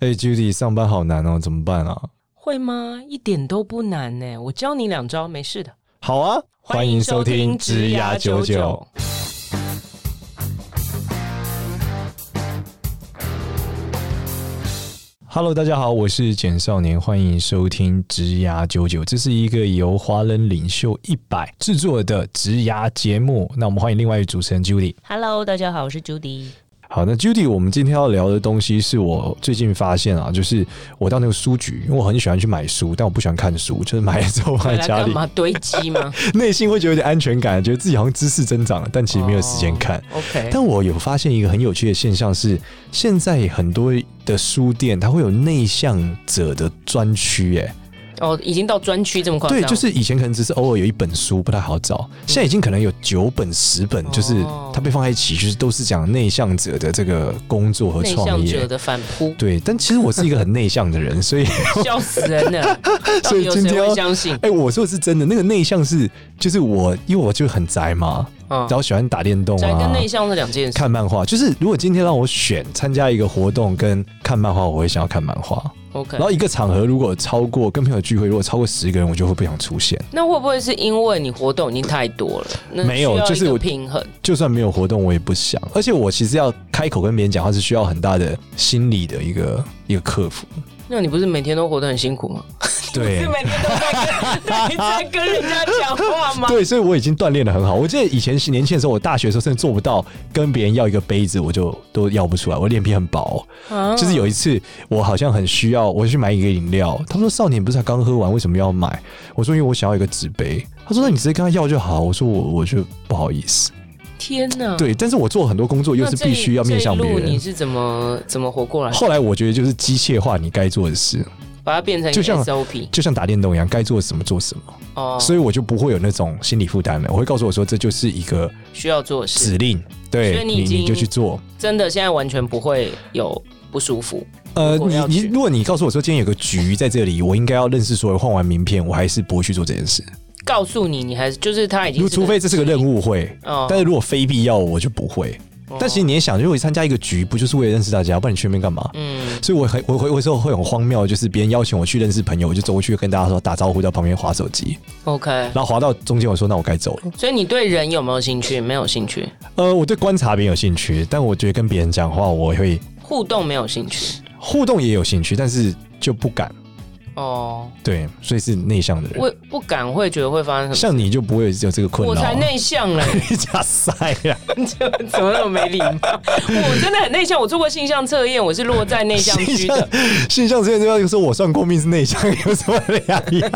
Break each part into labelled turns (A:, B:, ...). A: 哎、j u d y 上班好难哦，怎么办啊？
B: 会吗？一点都不难呢、我教你两招，没事的。
A: 好啊，欢迎收听《职涯九九》。Hello，大家好，我是简少年，欢迎收听《职涯九九》，这是一个由华人领袖一百制作的职涯节目。那我们欢迎另外一位主持人 Judy。
B: Hello，大家好，我是 Judy。
A: 好，那 Judy，我们今天要聊的东西是我最近发现啊，就是我到那个书局，因为我很喜欢去买书，但我不喜欢看书，就是买了之后放
B: 来
A: 在家
B: 干
A: 里，
B: 嘛堆积 吗
A: 内心会觉得有点安全感，觉得自己好像知识增长了，但其实没有时间看。
B: 哦？OK，
A: 但我有发现一个很有趣的现象是，现在很多的书店它会有内向者的专区，哎，
B: 哦，已经到专区这么夸张，
A: 对，就是以前可能只是偶尔有一本书不太好找，现在已经可能有九本、十本，就是
B: 嗯哦
A: 它被放在一起，就是都是讲内向者的这个工作和
B: 内
A: 创
B: 向者
A: 业。
B: 的反扑，
A: 对，但其实我是一个很内向的人，所以
B: 笑死人了。到
A: 所
B: 底
A: 以
B: 有
A: 今天
B: 谁
A: 要
B: 会相信？
A: 哎、我说的是真的，那个内向是就是我，因为我就很宅嘛，
B: 啊
A: 然，后喜欢打电动
B: 宅跟
A: 啊，
B: 内向是两件事。
A: 看漫画。就是如果今天让我选参加一个活动跟看漫画，我会想要看漫画。
B: OK，
A: 然后一个场合如果超过跟朋友聚会，如果超过十个人，我就会不想出现。
B: 那会不会是因为你活动已经太多了？那
A: 没有
B: 需要
A: 就是
B: 一个
A: 我
B: 平衡。
A: 就算没有活动，我也不想。而且我其实要开口跟别人讲话是需要很大的心理的一个一个克服。
B: 那你不是每天都活得很辛苦吗？
A: 对
B: 是。每天都在跟 在跟人家讲话 吗？
A: 对，所以我已经锻炼的很好。我记得以前是年轻的时候，我大学的时候甚至做不到跟别人要一个杯子，我就都要不出来。我脸皮很薄，
B: 啊
A: 就是有一次，我好像很需要，我去买一个饮料。他们说：“少年不是才刚喝完，为什么要买？”我说：“因为我想要一个纸杯。”他说：“那你直接跟他要就好。”我说我：“我就不好意思。
B: 嗯天哪！”
A: 对，但是我做很多工作又
B: 那
A: 是
B: 这一，
A: 必须要面向别
B: 这一路你
A: 人。
B: 是怎么怎么活过来？
A: 后来我觉得就是机械化你该做的事，
B: 把它变成一
A: 就
B: 个
A: 像
B: SOP
A: 就像打电动一样，该做什么做什么，
B: 哦，
A: 所以我就不会有那种心理负担了。我会告诉我说，这就是一个
B: 需要做的事，
A: 指令，
B: 所
A: 对
B: 以你已经
A: 你就去做。
B: 真的现在完全不会有不舒服。
A: 呃，
B: 如果
A: 你
B: 要
A: 你
B: 去
A: 如果你告诉我说今天有个局在这里，我应该要认识所有，换完名片，我还是不会去做这件事。
B: 告诉你，你还是就是他已经
A: 如
B: 是，
A: 除非这是个任
B: 务
A: 务会，
B: 哦
A: 但是如果非必要，我就不会。但其实你也想，如果你参加一个局，不就是为了认识大家，不然你去那边干嘛？
B: 嗯，
A: 所以我很我我有时候会很荒谬，就是别人邀请我去认识朋友，我就走过去跟大家说打招呼，在旁边划手机，
B: 嗯 OK，
A: 然后划到中间，我说那我该走了。
B: 所以你对人有没有兴趣？没有兴趣，
A: 呃，我对观察别人有兴趣，但我觉得跟别人讲话，我会
B: 互动没有兴趣
A: 互动也有兴趣，但是就不敢。
B: 哦，
A: 对，所以是内向的人，
B: 会不敢会觉得会发生什么？
A: 像你就不会有这个困扰、
B: 我
A: 啊。
B: 才内向嘞，
A: 你假塞啊呀！
B: 怎么那么没礼貌？我真的很内向，我做过性向测验，我是落在内向
A: 性
B: 区的
A: 向。性向这边就说我算过命是内向，有什么两样？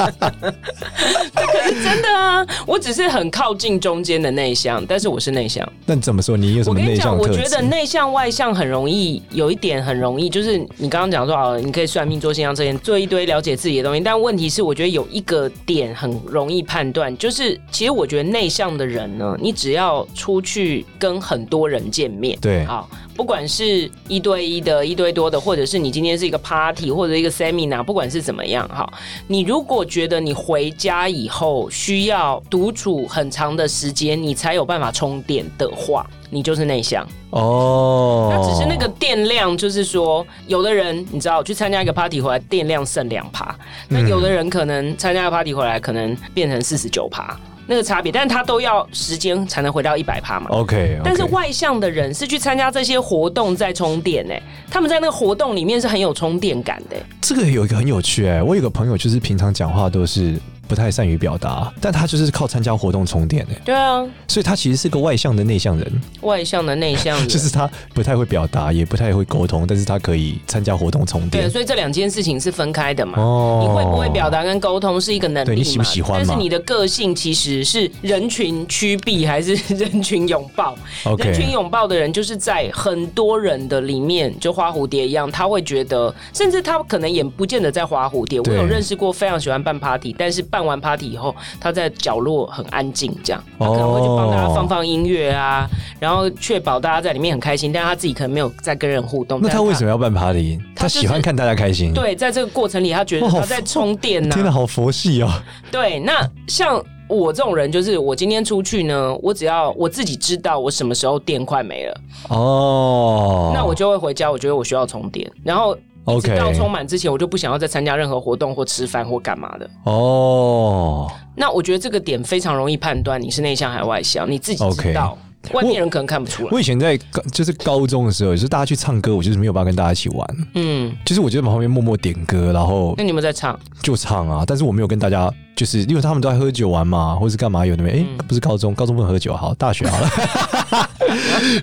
B: 真的啊，我只是很靠近中间的内向，但是我是内向。
A: 那你怎么说？你有什
B: 我
A: 么
B: 跟
A: 内
B: 你讲，
A: 向
B: 我
A: 特
B: 觉
A: 质
B: 得？内向外向很容易有一点很容易，就是你刚刚讲说哦，你可以算命、做星象这些，做一堆了解自己的东西。但问题是，我觉得有一个点很容易判断，就是其实我觉得内向的人呢，你只要出去跟很多人见面，
A: 对
B: 好，不管是一对一的、一对多的，或者是你今天是一个 party 或者一个 seminar，不管是怎么样，哈，你如果觉得你回家以后需要独处很长的时间，你才有办法充电的话，你就是内向。
A: 哦，
B: 那只是那个电量，就是说，有的人你知道去参加一个 party 回来电量剩两趴，那有
A: 嗯
B: 的人可能参加一个 party 回来可能变成四十九趴，那个差别，但是他都要时间才能回到一百趴嘛。
A: 哦 OK，
B: 但是外向的人是去参加这些活动在充电呢、他们在那个活动里面是很有充电感的、欸
A: 这个有一个很有趣哎、我有个朋友就是平常讲话都是不太善于表达，但他就是靠参加活动充电哎、
B: 对啊，
A: 所以他其实是个外向的内向人，
B: 外向的内向人，
A: 就是他不太会表达，也不太会沟通，但是他可以参加活动充
B: 对，
A: 电。
B: 所以这两件事情是分开的嘛。
A: 哦
B: 你会不会表达跟沟通是一个能力
A: 对
B: 嘛？
A: 你喜不喜欢嘛
B: 但是你的个性其实是人群趋避还是人群拥抱？人群
A: OK，
B: 拥抱的人就是在很多人的里面，就花蝴蝶一样，他会觉得，甚至他可能也不见得在花蝴蝶。我
A: 对
B: 有认识过非常喜欢办 party，但是办完 party 以后，他在角落很安静，这样，他
A: 哦
B: 可能会去帮大家放放音乐啊，然后确保大家在里面很开心，但他自己可能没有在跟人互动。
A: 那他为什
B: 么？
A: 么要办 party？他
B: 就是
A: 喜欢看大家开心。，
B: 对，在这个过程里，他觉得
A: 哇好
B: 他在充电啊呢、
A: 哦天哪，好佛系哦、
B: 对，那像我这种人，就是我今天出去呢，我只要我自己知道我什么时候电快没了，
A: 哦，
B: 那我就会回家，我觉得我需要充电。然后
A: 哦 OK
B: 直到充满之前，我就不想要再参加任何活动或吃饭或干嘛的。
A: 哦，
B: 那我觉得这个点非常容易判断你是内向还是外向，你自己
A: OK
B: 知道外面人可能看不出来。
A: 我以前在高就是高中的时候，也是大家去唱歌，我就是没有办法跟大家一起玩，
B: 嗯，
A: 就是我就在旁边默默点歌，然后
B: 那你们在唱？
A: 就唱啊，但是我没有跟大家，就是因为他们都在喝酒玩嘛，或是干嘛有的没，哎、
B: 嗯
A: 不是高中，高中不能喝酒，好，啊大学好了，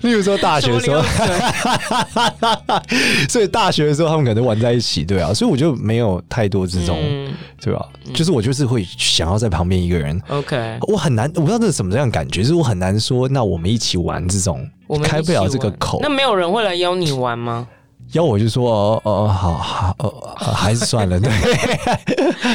A: 例如说 大学的时候，所以大学的时候他们可能玩在一起，对啊，所以我就没有太多这种，
B: 嗯
A: 对吧、就是我就是会想要在旁边一个人。
B: ，OK，
A: 我很难，我不知道这是什么样的感觉，就是我很难说，那我们一起玩这种，
B: 我们一起
A: 开不了这个
B: 玩
A: 口。
B: 那没有人会来邀你 玩吗？
A: 要我就说，呃呃，好，好，呃，还是 算了，对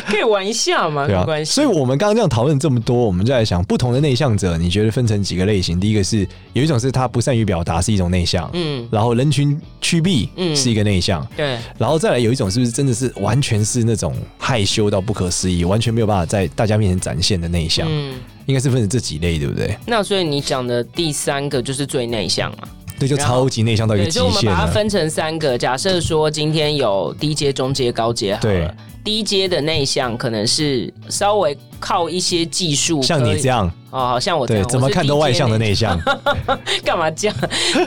B: 可以玩一下嘛，
A: 对
B: 没
A: 啊。
B: 关系
A: 所以，。我们刚刚这样讨论这么多，我们就在想，不同的内向者，你觉得分成几个类型？第一个是有一种是他不善于表达，是一种内向，
B: 嗯，
A: 然后人群趋避，
B: 嗯
A: 是一个内向，
B: 对，
A: 然后再来有一种是不是真的是完全是那种害羞到不可思议，完全没有办法在大家面前展现的内向，
B: 嗯，
A: 应该是分成这几类，对不对？
B: 那所以你讲的第三个就是最内向嘛？
A: 对，就
B: 然后
A: 超级内向到一个
B: 对，
A: 呃极
B: 所以我们
A: 限啊
B: 把它
A: 了。
B: 分成三个。假设说今天有低阶、中阶、高阶好
A: 对
B: 了。低阶的内向可能是稍微靠一些技术，
A: 像
B: 可
A: 你
B: 以
A: 这样，
B: 哦，好像我这
A: 对，
B: 样，
A: 怎么看都外向的
B: 那
A: 内向，
B: 干嘛这样？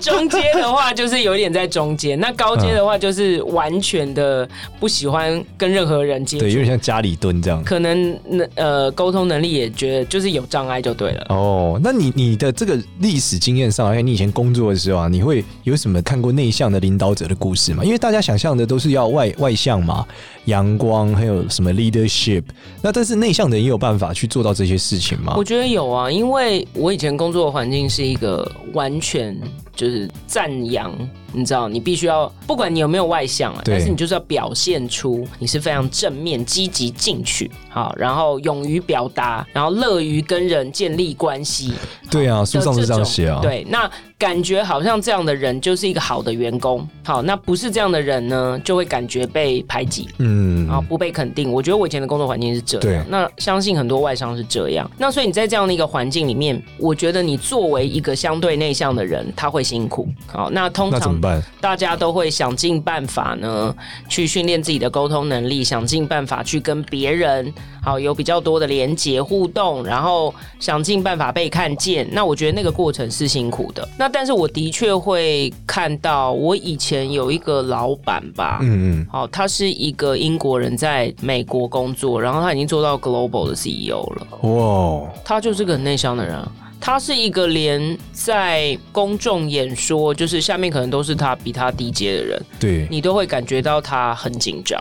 B: 中阶的话就是有点在中间，那高阶的话就是完全的不喜欢跟任何人接
A: 对，有
B: 触，
A: 点像家里蹲这 样。
B: 可能能呃沟通能力也觉得就是有障碍就对了。
A: 哦，那你你的这个历史经验上，还有你以前工作的时候啊，你会有什么看过内向的领导者的故事吗？因为大家想象的都是要外外向嘛，阳光，还有什么 leadership。那但是内向的人也有办法去做到这些事情吗
B: 我？觉得有啊，因为我以前工作的环境是一个完全就是赞扬，你知道，你必须要不管你有没有外向啊，
A: 对
B: 但是你就是要表现出你是非常正面、积极进取，好，然后勇于表达，然后乐于跟人建立关系。
A: 对啊，书上是这样写啊。
B: 的这种对，那感觉好像这样的人就是一个好的员工。好，那不是这样的人呢，就会感觉被排挤。
A: 嗯
B: 啊，不被肯定。我觉得我以前的工作环境是这
A: 对
B: 样，那相信很多外商是这样。那所以你在这样的一个环境里面，我觉得你作为一个相对内向的人，他会辛苦。好，那通
A: 那怎
B: 常
A: 么办？
B: 大家都会想尽办法呢，去训练自己的沟通能力，想尽办法去跟别人好有比较多的连接互动，然后想尽办法被看见。那我觉得那个过程是辛苦的。那但是我的确会看到，我以前有一个老板吧，
A: 嗯嗯，
B: 好，他是一个英国人，在美国工作，然后他已经做到 global 的 CEO 了。
A: 哇哦，
B: 他就是个很内向的人啊、他是一个连在公众演说，就是下面可能都是他比他低阶的人，
A: 对。
B: 你都会感觉到他很紧张。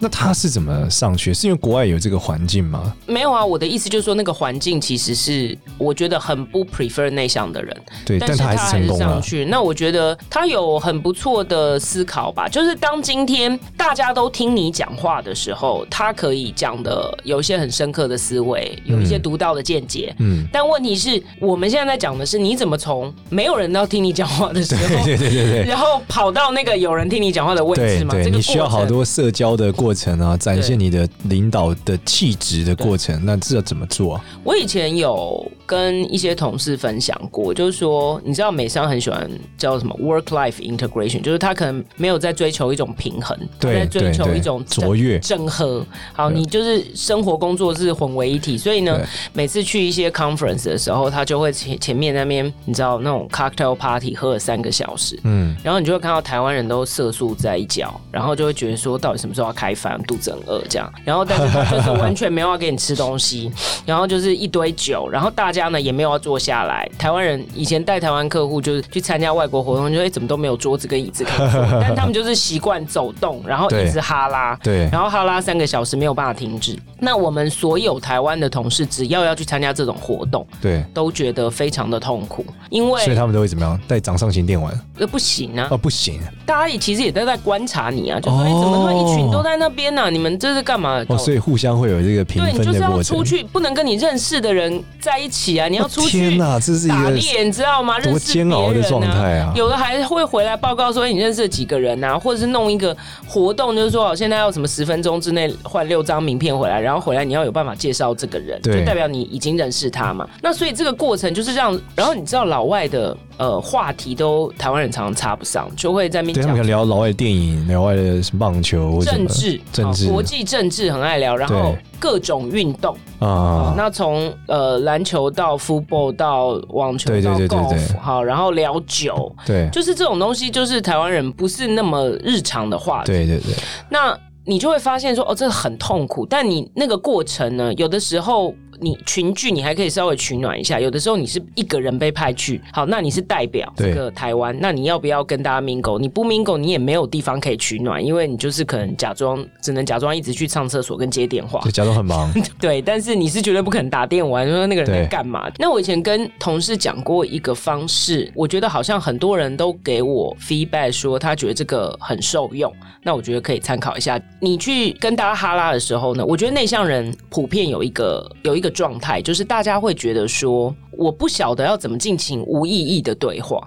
A: 那他是怎么上去？是因为国外有这个环境吗？
B: 没有啊，我的意思就是说，那个环境其实是我觉得很不 prefer 内向的人，
A: 对，但
B: 是
A: 他还是成功
B: 上
A: 了。
B: 去。那我觉得他有很不错的思考吧，就是当今天大家都听你讲话的时候，他可以讲的有一些很深刻的思维，有一些
A: 嗯
B: 独到的见解。
A: 嗯，
B: 但问题是，我们现在在讲的是你怎么从没有人要听你讲话的时候，
A: 对对对对。
B: 然后跑到那个有人听你讲话的位
A: 对
B: 置嘛？
A: 对，
B: 这个
A: 你需要
B: 过程
A: 好多社交的过程啊，展现你的领导的气质的过程。那这要怎么做啊？
B: 我以前有跟一些同事分享过，就是说，你知道美商很喜欢叫什么 work life integration，就是他可能没有在追求一种平衡，他
A: 对
B: 在追
A: 对
B: 求
A: 对，
B: 一种整
A: 卓越。
B: 整合。好，
A: 对
B: 你就是生活工作是混为一体，所以呢
A: 对，
B: 每次去一些 conference 的时候，他就会前前面那边你知道那种 cocktail party 喝了三个小时，
A: 嗯，
B: 然后你就会看到台湾人都色素在一角，然后就会觉得说到底什么时候要开饭，肚子很饿这样。然后但是他就是完全没有要给你吃东西，然后就是一堆酒，然后大家呢也没有要坐下来。台湾人以前带台湾客户就是去参加外国活动，就会、哎怎么都没有桌子跟椅子可以坐，但他们就是习惯走动，然后一直哈拉。
A: 对，
B: 然后哈拉三个小时没有办法停止。那我们所有台湾的同事，只要要去参加这种活动，
A: 对，
B: 都觉得非常的痛苦，因
A: 所以
B: 为
A: 他们都会怎么样？带掌上型电玩
B: 呃不行啊，
A: 哦，不行
B: 大家也其实也都在观察你啊，就说、
A: 哦
B: 哎怎么那么一群都在那边呢、啊你们这是干嘛？
A: 哦，所以互相会有这个评
B: 对你
A: 分
B: 就是
A: 的
B: 要
A: 过
B: 出
A: 程。
B: 去，不能跟你认识的人在一起啊！你要
A: 哦
B: 出
A: 天
B: 去
A: 哪，这是一
B: 打
A: 个
B: 猎，你知道吗？认
A: 多
B: 识别
A: 煎
B: 人
A: 熬的状
B: 啊。
A: 态啊！
B: 有的还会回来报告说哎你认识了几个人啊，或者是弄一个活动，就是说哦，现在要什么十分钟之内换六张名片回来，然后回来你要有办法介绍这个人，就
A: 对
B: 代表你已经认识他嘛。那所以这个过程就是让，然后你知道老外的呃话题都台湾人常常插不上，就会在那
A: 对
B: 边
A: 他们可能
B: 讲
A: 聊老外的电影，聊外的什么棒球或者什
B: 政
A: 么
B: 治、
A: 政治
B: 哦国际政治很爱聊，然后
A: 对
B: 各种运动。
A: 啊，
B: 哦那从呃篮球到 football 到网球
A: 对对
B: 到
A: 对对
B: golf，
A: 对
B: 好，然后聊酒，
A: 对
B: 就是这种东西，就是台湾人不是那么日常的话题。
A: 对对对，
B: 那你就会发现说，哦，这很痛苦。但你那个过程呢，有的时候你群聚，你还可以稍微取暖一下；有的时候你是一个人被派去，好，那你是代表
A: 对
B: 这个台湾，那你要不要跟大家 mingle？你不 mingle，你也没有地方可以取暖，因为你就是可能假装，只能假装一直去上厕所跟接电话
A: 就。假装很忙，
B: 对，但是你是绝对不可能打电玩，说那个人在
A: 对
B: 干嘛？那我以前跟同事讲过一个方式，我觉得好像很多人都给我 feedback 说他觉得这个很受用，那我觉得可以参考一下。你去跟大家哈拉的时候呢，我觉得内向人普遍有一个有一个状态，就是大家会觉得说，我不晓得要怎么进行无意义的对话。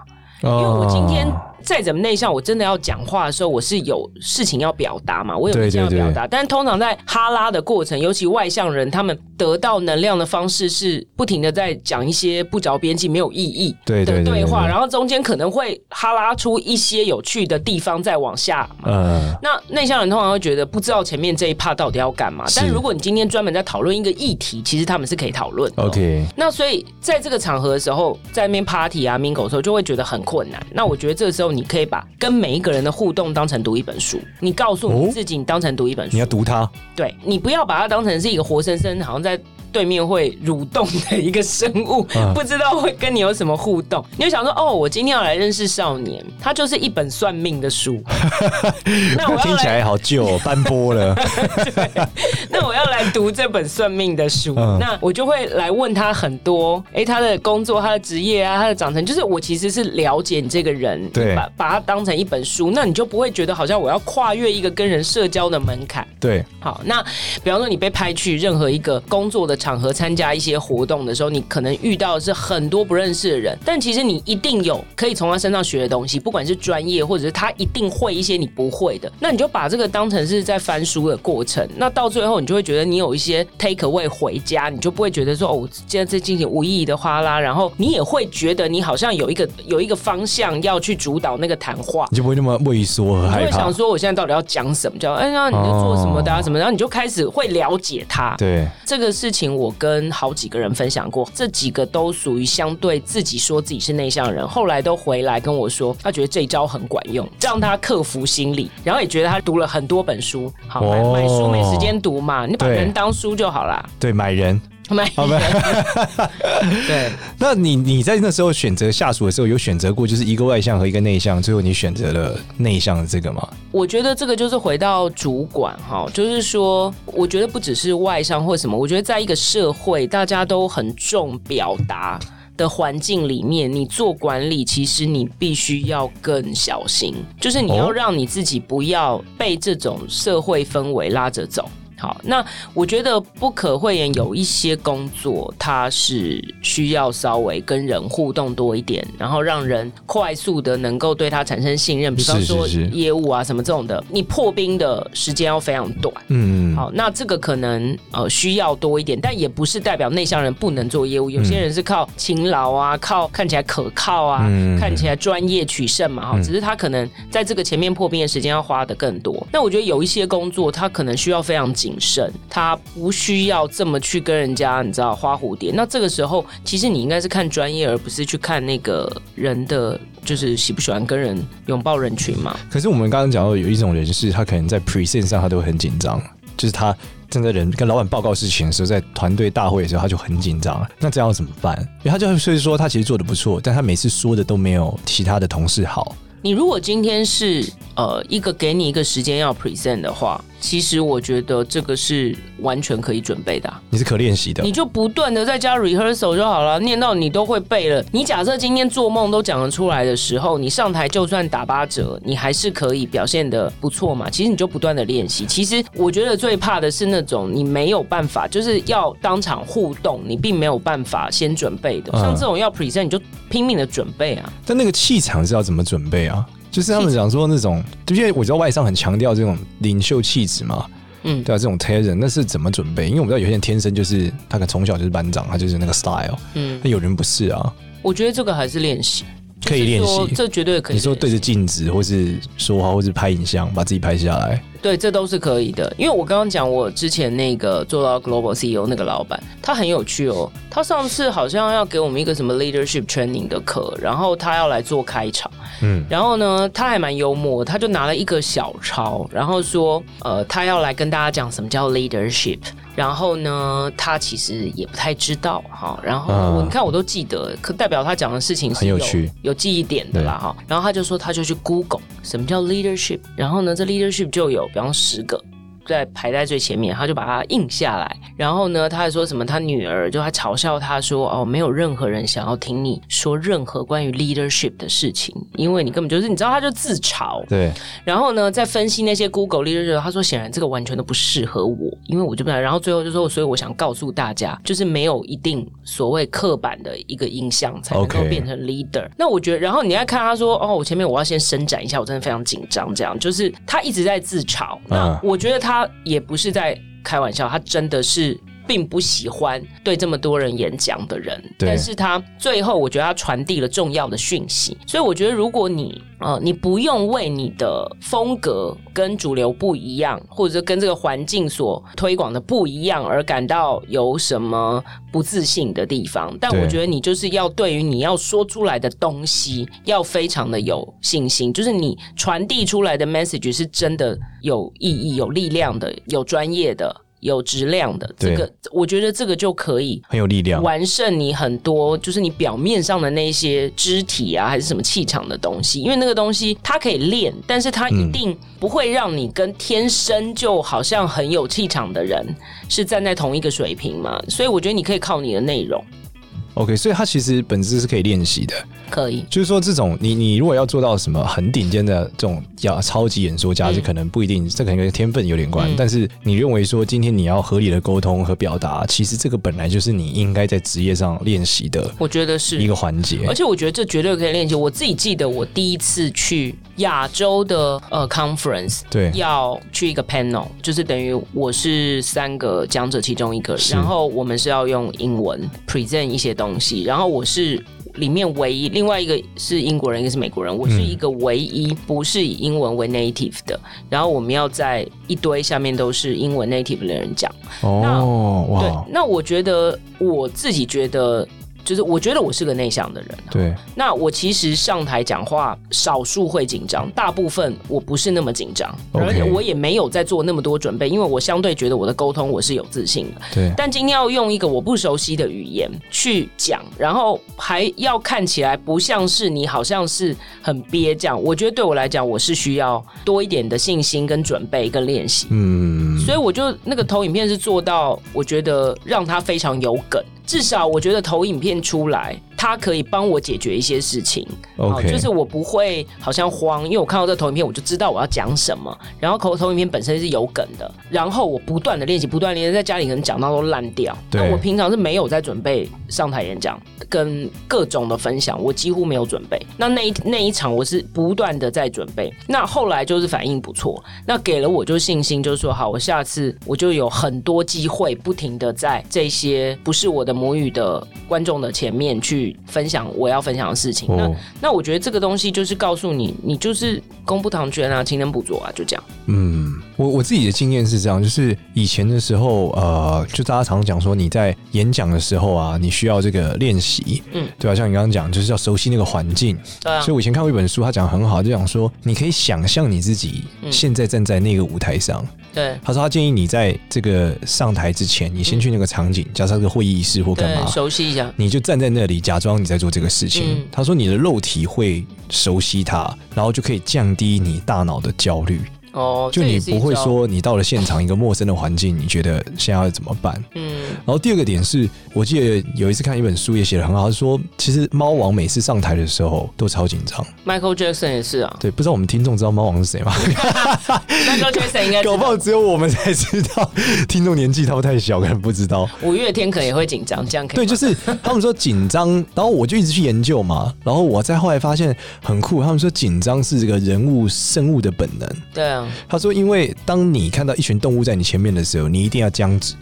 A: 因
B: 因为我今天
A: 哦
B: 再怎么内向，我真的要讲话的时候，我是有事情要表达嘛，我有事情要
A: 对对对
B: 表达。但通常在哈拉的过程，尤其外向人，他们得到能量的方式是不停的在讲一些不着边际、没有意义
A: 对对
B: 的
A: 对
B: 对话，
A: 对
B: 然后中间可能会哈拉出一些有趣的地方，再往下嘛。
A: 嗯，
B: 那内向人通常会觉得不知道前面这一趴到底要干嘛，
A: 是
B: 但如果你今天专门在讨论一个议题，其实他们是可以讨论的。哦
A: OK，
B: 那所以在这个场合的时候，在那边 party 啊、mingle 的时候，就会觉得很困难。那我觉得这个时候，你可以把跟每一个人的互动当成读一本书，你告诉你
A: 哦
B: 自己，你当成读一本
A: 你
B: 书，
A: 要读它，
B: 对你不要把它当成是一个活生生，好像在。对面会蠕动的一个生物，
A: 嗯
B: 不知道会跟你有什么互动，你就想说，哦，我今天要来认识少年，他就是一本算命的书。那我要
A: 听起
B: 来，
A: 来好旧 哦，斑驳了。
B: 那我要来读这本算命的书，
A: 嗯
B: 那我就会来问他很多，哎、他的工作、他的职业啊、他的长成，就是我其实是了解你这个人，
A: 对
B: 把把它当成一本书，那你就不会觉得好像我要跨越一个跟人社交的门槛。
A: 对，
B: 好，那比方说你被派去任何一个工作的场合参加一些活动的时候，你可能遇到的是很多不认识的人，但其实你一定有可以从他身上学的东西，不管是专业或者是他一定会一些你不会的，那你就把这个当成是在翻书的过程，那到最后你就会觉得你有一些 take away 回家，你就不会觉得说哦，我今天在进行无意义的哗啦，然后你也会觉得你好像有一个有一个方向要去主导那个谈话，
A: 你就不会那么畏缩和
B: 你
A: 害
B: 会
A: 怕
B: 想。说我现在到底要讲什么？叫哎呀，那你在做什么的啊？
A: 哦
B: 什么？然后你就开始会了解他。
A: 对，
B: 这个事情我跟好几个人分享过，这几个都属于相对自己说自己是内向人，后来都回来跟我说，他觉得这一招很管用，让他克服心理，然后也觉得他读了很多本书，好买
A: 哦
B: 买书没时间读嘛，你把
A: 对
B: 人当书就好啦。
A: 对，买人。
B: 买
A: 好吧
B: 对，
A: 那你你在那时候选择下属的时候，有选择过就是一个外向和一个内向，最后你选择了内向的这个吗？
B: 我觉得这个就是回到主管哈，就是说，我觉得不只是外商或什么，我觉得在一个社会大家都很重表达的环境里面，你做管理，其实你必须要更小心，就是你要
A: 哦
B: 让你自己不要被这种社会氛围拉着走。好，那我觉得不可讳言，有一些工作它是需要稍微跟人互动多一点，然后让人快速的能够对他产生信任。比方
A: 是是
B: 说
A: 是
B: 业务啊什么这种的，你破冰的时间要非常短。
A: 嗯，
B: 好，那这个可能呃需要多一点，但也不是代表内向人不能做业务。有些人是靠勤劳啊，靠看起来可靠啊，
A: 嗯
B: 看起来专业取胜嘛，哈、
A: 嗯
B: 只是他可能在这个前面破冰的时间要花的更多。那我觉得有一些工作，他可能需要非常谨慎，他不需要这么去跟人家你知道花蝴蝶。那这个时候，其实你应该是看专业，而不是去看那个人的。就是喜不喜欢跟人拥抱人群嘛？
A: 可是我们刚刚讲到有一种人是，他可能在 present 上他都会很紧张，就是他站在人跟老板报告事情的时候，在团队大会的时候他就很紧张了。那这样要怎么办？因为他就所以说他其实做的不错，但他每次说的都没有其他的同事好。
B: 你如果今天是呃一个给你一个时间要 present 的话，其实我觉得这个是完全可以准备的啊、
A: 你是可练习的
B: 你，就不断的在家 rehearsal 就好了，念到你都会背了。你假设今天做梦都讲得出来的时候，你上台就算打八折，你还是可以表现的不错嘛。其实你就不断的练习。其实我觉得最怕的是那种你没有办法，就是要当场互动，你并没有办法先准备的。
A: 嗯
B: 像这种要 present，你就拼命的准备啊。
A: 但那个气场是要怎么准备啊？就是他们讲说那种，就因为我知道外商很强调这种领袖气质嘛，
B: 嗯
A: 对啊，这种 talent 那是怎么准备？因为我们知道有些人天生就是他可能从小就是班长，他就是那个 style，
B: 嗯，
A: 那有人不是啊，
B: 我觉得这个还是练习。就是
A: 可以练习
B: 说这绝对可以。
A: 你说对着镜子，或是说话，或是拍影像，把自己拍下来，
B: 对，这都是可以的。因为我刚刚讲，我之前那个做到 Global CEO 那个老板，他很有趣哦。他上次好像要给我们一个什么 leadership training 的课，然后他要来做开场。
A: 嗯，
B: 然后呢，他还蛮幽默，他就拿了一个小抄，然后说，呃，他要来跟大家讲什么叫 leadership。然后呢，他其实也不太知道哈。然后呢
A: 嗯
B: 我、你看我都记得，可代表他讲的事情是
A: 很有趣、
B: 有记忆点的啦哈。然后他就说，他就去 Google 什么叫 leadership。然后呢，这 leadership 就有，比方十个。在排在最前面，他就把它印下来。然后呢，他还说什么？他女儿就还嘲笑他说：“哦，没有任何人想要听你说任何关于 leadership 的事情，因为你根本就是你知道，他就自嘲。
A: 对，
B: 然后呢，在分析那些 Google leadership，他说显然这个完全都不适合我，因为我就不然。然后最后就说，所以我想告诉大家，就是没有一定所谓刻板的一个印象才能够
A: OK
B: 变成 leader。那我觉得，然后你再看他说，哦，我前面我要先伸展一下，我真的非常紧张，这样就是他一直在自嘲。那我觉得他也不是在开玩笑，他真的是。并不喜欢对这么多人演讲的人，
A: 对
B: 但是他最后我觉得他传递了重要的讯息，所以我觉得如果你呃你不用为你的风格跟主流不一样，或者是跟这个环境所推广的不一样而感到有什么不自信的地方，但
A: 对
B: 我觉得你就是要对于你要说出来的东西要非常的有信心，就是你传递出来的 message 是真的有意义、有力量的、有专业的。有质量的，
A: 对
B: 这个我觉得这个就可以
A: 很有力量。
B: 完胜你很多，就是你表面上的那些肢体啊，还是什么气场的东西，因为那个东西它可以练，但是它
A: 嗯
B: 一定不会让你跟天生就好像很有气场的人是站在同一个水平嘛。所以我觉得你可以靠你的内容，
A: OK，所以它其实本质是可以练习的。
B: 可以。
A: 就是说，这种你你如果要做到什么很顶尖的这种要超级演说家，
B: 嗯
A: 这可能不一定，这可能跟天分有点关。
B: 嗯
A: 但是你认为说，今天你要合理的沟通和表达，其实这个本来就是你应该在职业上练习的
B: 我觉得
A: 一
B: 是
A: 个环节
B: 而。且我觉得这绝对可以练习。我自己记得我第一次去亚洲的呃 conference，
A: 对
B: 要去一个 panel，就是等于我是三个讲者其中一个，
A: 是
B: 然后我们是要用英文 present 一些东西，然后我是。里面唯一另外一个是英国人，一个是美国
A: 嗯
B: 人，我是一个唯一不是以英文为 native 的。然后我们要在一堆下面都是英文 native 的人讲。
A: 哦，
B: 对
A: 哇，，
B: 那我觉得我自己觉得，就是我觉得我是个内向的人，
A: 对，
B: 那我其实上台讲话，少数会紧张，大部分我不是那么紧张
A: OK
B: 而且我也没有在做那么多准备，因为我相对觉得我的沟通我是有自信的。
A: 对，
B: 但今天要用一个我不熟悉的语言去讲，然后还要看起来不像是你好像是很憋这样，我觉得对我来讲，我是需要多一点的信心、跟准备、跟练习。
A: 嗯，
B: 所以我就那个投影片是做到，我觉得让它非常有梗。至少我觉得投影片出来，它可以帮我解决一些事情。好
A: OK，
B: 哦就是我不会好像慌，因为我看到这投影片，我就知道我要讲什么。然后投投影片本身是有梗的，然后我不断的练习，不断地练习，在家里可能讲到都烂掉。
A: 对
B: 那我平常是没有在准备上台演讲跟各种的分享，我几乎没有准备。那那一那一场我是不断的在准备，那后来就是反应不错，那给了我就信心，就是说好，我下次我就有很多机会，不停的在这些不是我的母语的观众的前面去分享我要分享的事情。那
A: 哦，
B: 那我觉得这个东西就是告诉你，你就是功不唐捐啊，勤能补拙啊，就这样。
A: 嗯，我我自己的经验是这样，就是以前的时候，呃，就大家常讲说你在演讲的时候啊，你需要这个练习，
B: 嗯，
A: 对吧、啊像你刚刚讲，就是要熟悉那个环境，
B: 对啊
A: 所以，我以前看过一本书，他讲得很好，就讲说你可以想象你自己
B: 嗯
A: 现在站在那个舞台上。
B: 对
A: 他说他建议你在这个上台之前，你先去那个场景，加上个会议室或干
B: 嗯对，
A: 嘛，
B: 熟悉一下。
A: 你就站在那里假装你在做这个事情。
B: 嗯
A: 他说你的肉体会熟悉它，然后就可以降低你大脑的焦虑。
B: 哦，
A: 就
B: 这
A: 你
B: 也是一
A: 不会
B: 招，
A: 说你到了现场一个陌生的环境，你觉得现在要怎么办？
B: 嗯，
A: 然后第二个点是，我记得有一次看一本书也写得很好，他说其实猫王每次上台的时候都超紧张。
B: Michael Jackson 也是 啊
A: 对，不知道我们听众知道猫王是谁吗？
B: ，Michael Jackson 应该
A: 搞不好只有我们才知道，听众年纪他们太小，可能不知道。
B: 五月天可能也会紧张，这样可以
A: 对，
B: 吗
A: 就是他们说紧张，然后我就一直去研究嘛，然后我再后来发现很酷，他们说紧张是这个人物生物的本能。
B: 对啊，
A: 他说，因为当你看到一群动物在你前面的时候，你一定要僵直，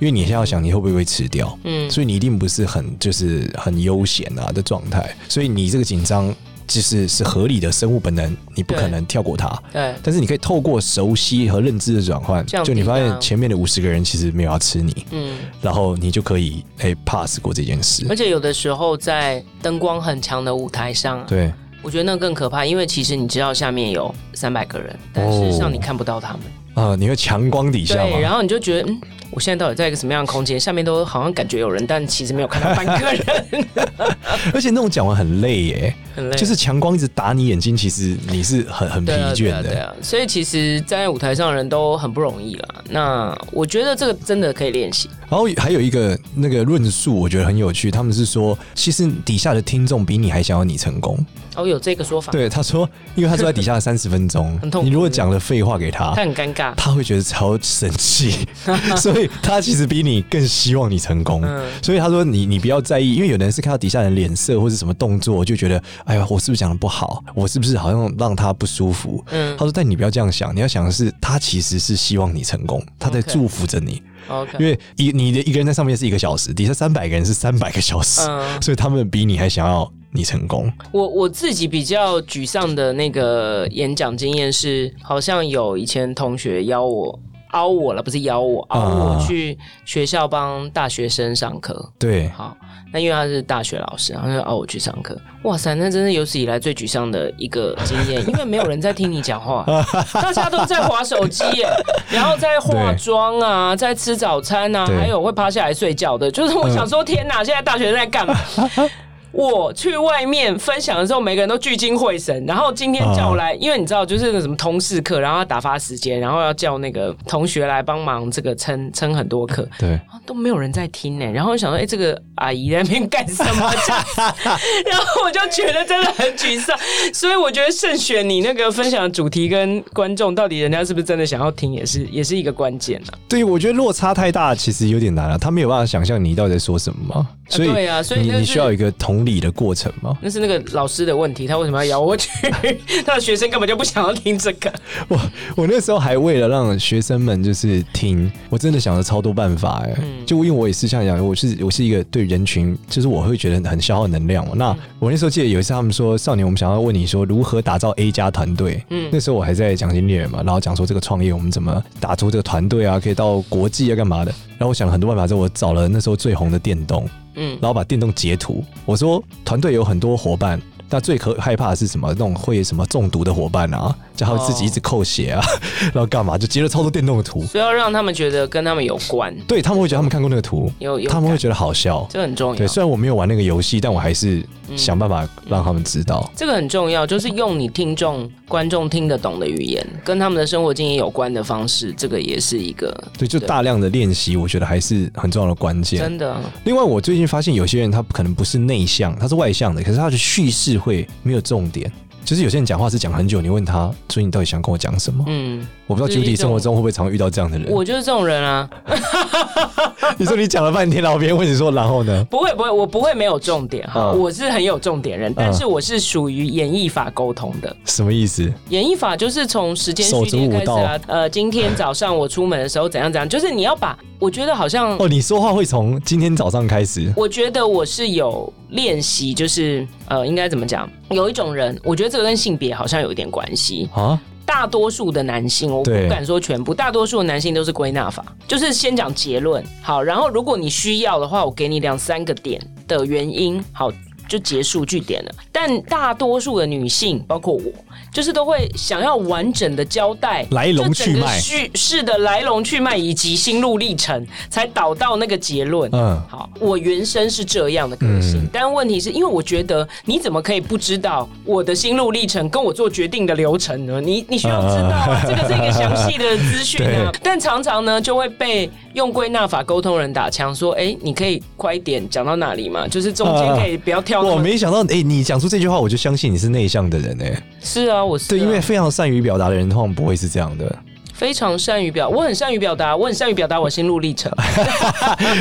A: 因为你现在要想你会不会吃掉，
B: 嗯，
A: 所以你一定不是很就是很悠闲啊的状态，所以你这个紧张就是是合理的生物本能，你不可能跳过它。
B: 对，
A: 但是你可以透过熟悉和认知的转换，
B: 降低
A: 就你发
B: 它
A: 现前面的五十个人其实没有要吃你，
B: 嗯，
A: 然后你就可以哎、pass 过这件事
B: 而。且有的时候在灯光很强的舞台上啊，
A: 对，
B: 我觉得那更可怕，因为其实你知道下面有三百个人，但事实上你看不到他们。
A: 啊、你会强光底下
B: 对，
A: 吗？
B: 然后你就觉得，嗯，我现在到底在一个什么样的空间？下面都好像感觉有人，但其实没有看到半个 人，
A: 而且那种讲完很累耶，
B: 很累。
A: 就是强光一直打你眼睛，其实你是很很疲
B: 对啊，对
A: 倦
B: 啊，对
A: 的。
B: 啊。所以其实站在舞台上的人都很不容易啦。那我觉得这个真的可以练习。
A: 然后还有一个那个论述，我觉得很有趣，他们是说，其实底下的听众比你还想要你成功。
B: 哦，有这个说法，
A: 对，他说，因为他坐在底下三十分钟
B: 很痛，苦
A: 你如果讲了废话给他
B: 他。很尴尬。
A: 他会觉得超生 气，所以他其实比你更希望你成功。
B: 嗯
A: 所以他说你你不要在意，因为有的人是看到底下人脸色或是什么动作，就觉得哎呀，我是不是讲的不好？我是不是好像让他不舒服？
B: 嗯
A: 他说，但你不要这样想，你要想的是，他其实是希望你成功，他在
B: 嗯 OK
A: 祝福着你。因
B: 哦，OK，
A: 为一你的一个人在上面是一个小时，底下三百个人是三百个小时，
B: 嗯，
A: 所以他们比你还想要你成功。
B: 我我自己比较沮丧的那个演讲经验是，好像有以前同学邀我。凹我了，不是邀我，凹我
A: 啊
B: 去学校帮大学生上课。
A: 对，
B: 好，那因为他是大学老师，然后就熬我去上课。哇塞，那真是有史以来最沮丧的一个经验，因为没有人在听你讲话，大家都在划手机耶，然后在化妆啊，在吃早餐啊，
A: 对嗯
B: 还有会趴下来睡觉的。就是我想说，天哪，现在大学生在干嘛？我去外面分享的时候，每个人都聚精会神。然后今天
A: 啊
B: 叫我来，因为你知道，就是那什么通识课，然后要打发时间，然后要叫那个同学来帮忙这个撑撑很多课。
A: 对，
B: 啊都没有人在听呢、然后我想说，哎、这个阿姨在那边干 什么？这样子然后我就觉得真的很沮丧，所以我觉得慎选你那个分享的主题跟观众，到底人家是不是真的想要听，也是也是一个关键啊。
A: 对，我觉得落差太大，其实有点难了、啊他没有办法想象你到底在说什么嘛，所以、
B: 啊对啊所以
A: 你
B: 那
A: 你
B: 是嗯
A: 需要一个同理的过程嘛。
B: 那是那个老师的问题，他为什么要邀 我去？他的学生根本就不想要听这个。
A: 我我那时候还为了让学生们就是听，我真的想了超多办法哎、
B: 嗯
A: 就因为我也是像讲，我是我是一个对人群，就是我会觉得很消耗能量嘛。
B: 嗯
A: 那我那时候记得有一次他们说，少年，我们想要问你说如何打造 A 加团队。
B: 嗯
A: 嗯，那时候我还在讲经猎人嘛，然后讲说这个创业我们怎么打出这个团队啊，可以到国际啊干嘛的。然后我想了很多办法之后，我找了那时候最红的电动，
B: 嗯，
A: 然后把电动截图。我说团队有很多伙伴，那最可害怕的是什么？那种会什么中毒的伙伴啊，叫他们自己一直扣血啊， 然后干嘛？就截了超多电动的图，
B: 所以要让他们觉得跟他们有关，
A: 对他们会觉得他们看过那个图，
B: 有有感，
A: 他们会觉得好笑。
B: 这很重要嗯
A: 对，。虽然我没有嗯玩那个游戏，但我还是想办法让他们知道。
B: 这个很重要，就是用你听众、观众听得懂的语言，跟他们的生活经验有关的方式，这个也是一个
A: 对，就大量的练习，我觉得还是很重要的关键。
B: 真的。
A: 另外，我最近发现有些人他可能不是内向，他是外向的，可是他的叙事会没有重点。就是有些人讲话是讲很久，你问他，所以你到底想跟我讲什么？
B: 嗯，
A: 我不知道
B: 就是一
A: Judy
B: 种
A: 生活中会不会常遇到这样的人。
B: 嗯我就是这种人啊，
A: 你说你讲了半天，然后别人问你说，然后呢？
B: 不会不会，我不会没有重点哈，
A: 嗯
B: 我是很有重点人，但是我是属于演绎法沟通的。
A: 什么意思？
B: 演绎法就是从时间
A: 手
B: 序
A: 足
B: 列
A: 舞
B: 开始啊，呃，今天早上我出门的时候怎样怎样，就是你要把， 我觉得好像
A: 哦，你说话会从今天早上开始
B: 我觉得我是有练习，就是呃，应该怎么讲？有一种人，我觉得这个跟性别好像有一点关系。
A: 啊？
B: 大多数的男性，我不
A: 对
B: 敢说全部，大多数的男性都是归纳法，就是先讲结论。好，然后如果你需要的话，我给你两三个点的原因，好，就结束据点了。但大多数的女性，包括我，就是都会想要完整的交代
A: 来龙去脉
B: 就整个叙事的来龙去脉以及心路历程，才导到那个结论。
A: 嗯，
B: 好，我原生是这样的个性，
A: 嗯
B: 但问题是因为我觉得你怎么可以不知道我的心路历程跟我做决定的流程呢？你你需要知道、啊，这个是一个详细的资讯 啊。但常常呢，就会被用归纳法沟通人打枪，说：“哎、你可以快一点讲到哪里嘛？就是中间可以不要跳那
A: 啊我
B: 么。
A: 没想到，哎、你讲出这句话，我就相信你是内向的人哎、
B: 是啊，我是啊、
A: 对，因为非常善于表达的人，通常不会是这样的。
B: 非常善于表，我很善于表达，我很善于表达我心路历程。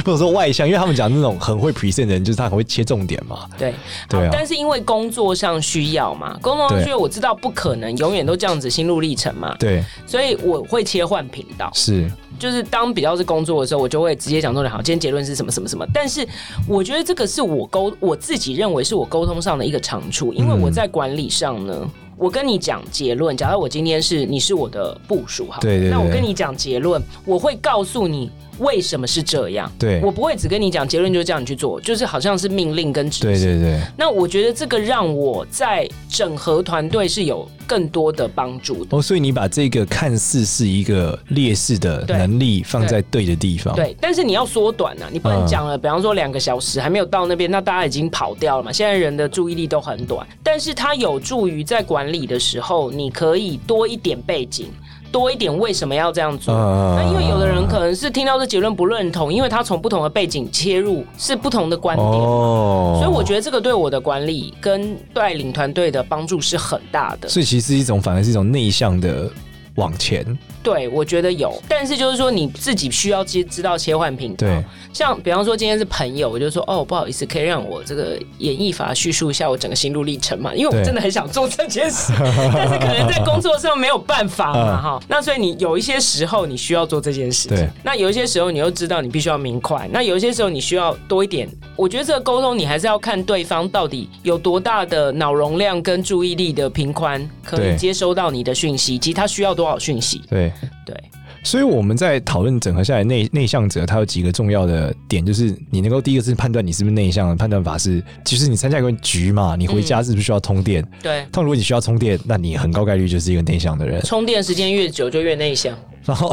A: 或者说外向，因为他们讲那种很会 present 的人，就是他很会切重点嘛。
B: 对，
A: 对啊
B: 好但是因为工作上需要嘛，工作上需要，我知道不可能永远都这样子心路历程嘛，
A: 对，
B: 所以我会切换频道。
A: 是
B: 就是当比较是工作的时候，我就会直接讲重点。好，今天结论是什么什么什么。但是我觉得这个是我沟我自己认为是我沟通上的一个长处，因为我在管理上呢。我跟你讲结论，假如我今天是你是我的部署，好了，
A: 对对对
B: 那我跟你讲结论，我会告诉你为什么是这样，
A: 对
B: 我不会只跟你讲结论就叫你去做，就是好像是命令跟指示。
A: 对对对，
B: 那我觉得这个让我在整合团队是有更多的帮助的。
A: 哦，所以你把这个看似是一个劣势的
B: 对
A: 能力放在对的地方，
B: 对，但是你要缩短啊，你不能
A: 哦嗯
B: 讲了，比方说两个小时还没有到那边，那大家已经跑掉了嘛。现在人的注意力都很短，但是它有助于在管理的时候，你可以多一点背景，多一点为什么要这样做。
A: 嗯
B: 那因为有的人可能是听到这结论不认同，因为他从不同的背景切入是不同的观点，
A: 哦，
B: 所以我觉得这个对我的管理跟带领团队的帮助是很大的。
A: 所以其实是一种反而是一种内向的往前，
B: 对，我觉得有，但是就是说你自己需要知知道切换频道。
A: 对，
B: 像比方说今天是朋友，我就说哦，不好意思，可以让我这个演绎法叙述一下我整个心路历程嘛？因为
A: 对
B: 我真的很想做这件 事，但是可能在工作上没有办法嘛，哈、那所以你有一些时候你需要做这件事情
A: 嗯对，
B: 那有一些时候你又知道你必须要明快，那有一些时候你需要多一点。我觉得这个沟通你还是要看对方到底有多大的脑容量跟注意力的平宽，可以
A: 对
B: 接收到你的讯息，以及他需要多少讯息。
A: 对。
B: 对，
A: 所以我们在讨论整合下来内内向者，他有几个重要的点，就是你能够第一个是判断你是不是内向的判断法是，其实你参加一个局嘛，你回家是不是需要充电？
B: 对，
A: 但如果你需要充电，那你很高概率就是一个内向的 人。
B: 充电时间越久就越内向。
A: 然后，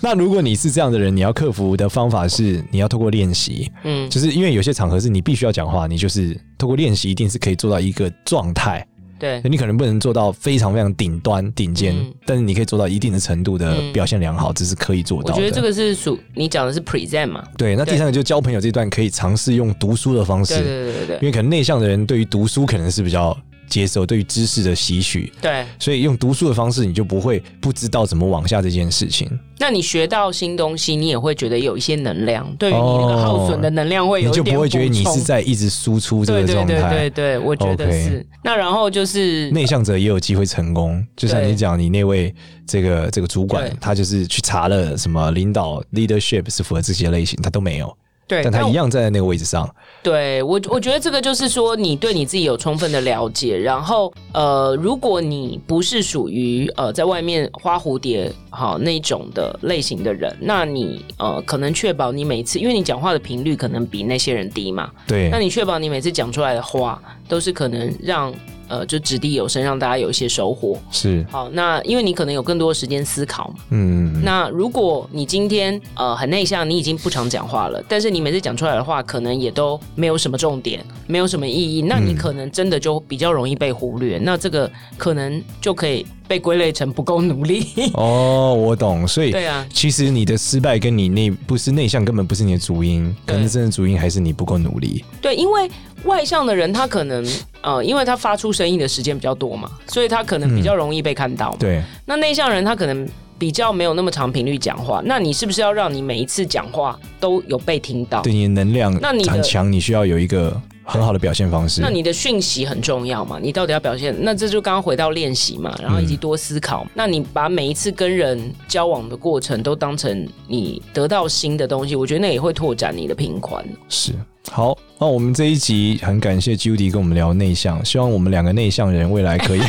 A: 那如果你是这样的人，你要克服的方法是你要透过练习，
B: 嗯，
A: 就是因为有些场合是你必须要讲话，你就是透过练习一定是可以做到一个状态。
B: 对。
A: 你可能不能做到非常非常顶端顶尖，
B: 嗯
A: 但是你可以做到一定的程度的
B: 嗯
A: 表现良好，这是可以做
B: 我
A: 到的。
B: 觉得这个是属你讲的是 present 嘛？
A: 对，那第
B: 对
A: 三个就交朋友这段可以尝试用读书的方式，
B: 对对对对
A: 因
B: 对
A: 为可能内向的人对于读书可能是比较接受，对于知识的吸取，
B: 对。
A: 所以用读书的方式，你就不会不知道怎么往下这件事情，
B: 那你学到新东西，你也会觉得有一些能量，对于你那个耗损的能量会
A: 哦你
B: 有一
A: 就
B: 点
A: 不会觉得你
B: 补
A: 是
B: 充
A: 在一直输出这
B: 对
A: 个
B: 对
A: 状
B: 对对
A: 态。
B: 对，我觉得
A: OK
B: 是。那然后就是
A: 内向者也有机会成功，就像
B: 对
A: 你讲，你那位这个这个主管
B: 对，
A: 他就是去查了什么领导 leadership 是符合这些类型，他都没有，
B: 对，
A: 但他
B: 哎那
A: 一样站在那个位置上。
B: 对我，我觉得这个就是说，你对你自己有充分的了解。然后，呃，如果你不是属于呃在外面花蝴蝶好那种的类型的人，那你呃可能确保你每次，因为你讲话的频率可能比那些人低嘛，
A: 对
B: 那，你确保你每次讲出来的话都是可能让呃就掷地有声，让大家有一些收获。
A: 是，
B: 好，那因为你可能有更多的时间思考嘛。
A: 嗯，
B: 那如果你今天呃很内向，你已经不常讲话了，但是你每次讲出来的话，可能也都没有什么重点，没有什么意义，那你可能真的就比较容易被忽略。那这个可能就可以被归类成不够努力。
A: 哦，我懂，所以
B: 对啊，
A: 其实你的失败跟你内不是内向，根本不是你的主因，可
B: 对
A: 能真的主因还是你不够努力。
B: 对，因为外向的人他可能呃，因为他发出声音的时间比较多嘛，所以他可能比较容易被看到嘛。
A: 对，
B: 那内向人他可能比较没有那么长频率讲话，那你是不是要让你每一次讲话都有被听到？
A: 对你的能量
B: 那你的
A: 很强，你需要有一个很好的表现方式。
B: 那你的讯息很重要嘛？你到底要表现？那这就刚刚回到练习嘛，然后以及多思考。那你把每一次跟人交往的过程都当成你得到新的东西，我觉得那也会拓展你的频宽。
A: 是好，那我们这一集很感谢 Judy 跟我们聊内向，希望我们两个内向人未来 可以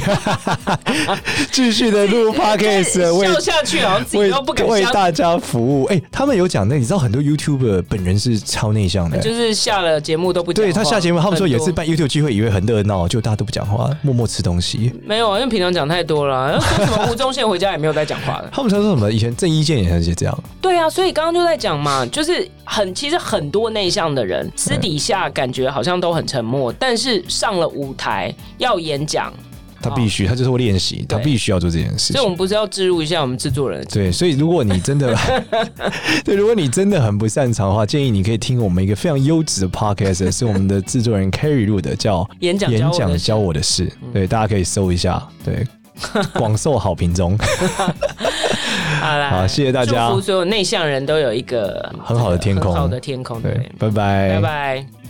A: 继续的录 podcast，为
B: 笑下去好像自己
A: 为
B: 都不敢
A: 为
B: 笑。
A: 大家服务。哎、他们有讲那，你知道很多 YouTuber 本人是超内向的、
B: 就是下了节目都不讲
A: 对
B: 话
A: 他下节目，他们说
B: 很
A: 有一
B: 多
A: 次办 YouTube 聚会，以为很热闹，就大家都不讲话，默默吃东西。
B: 没有啊，因为平常讲太多了啊，说什么吴宗宪回家也没有在讲话了。
A: 他们常说什么？以前郑伊健也很是这样，
B: 对啊，所以刚刚就在讲嘛，就是很其实很多内向的人私底下感觉好像都很沉默，但是上了舞台要演讲，
A: 他必须，他就是会练习，他
B: 对
A: 必须要做这件事
B: 所以我
A: 情。
B: 们不是要植入一下我们制作人的经
A: 对，所以如果你真 的，对，如果你真的很不擅长的话，建议你可以听我们一个非常优质的 podcast，是我 们的制作人 Carry 录的，叫《
B: 演讲教
A: 演
B: 我
A: 讲
B: 的
A: 教我的嗯事》。对，大家可以搜一下，对，广受好评中。
B: 好啦，
A: 好谢谢大家
B: 祝福所有内向人都有一个
A: 很好的天空
B: 很好的天 空。
A: 对
B: 对，，
A: 拜拜，
B: 拜拜。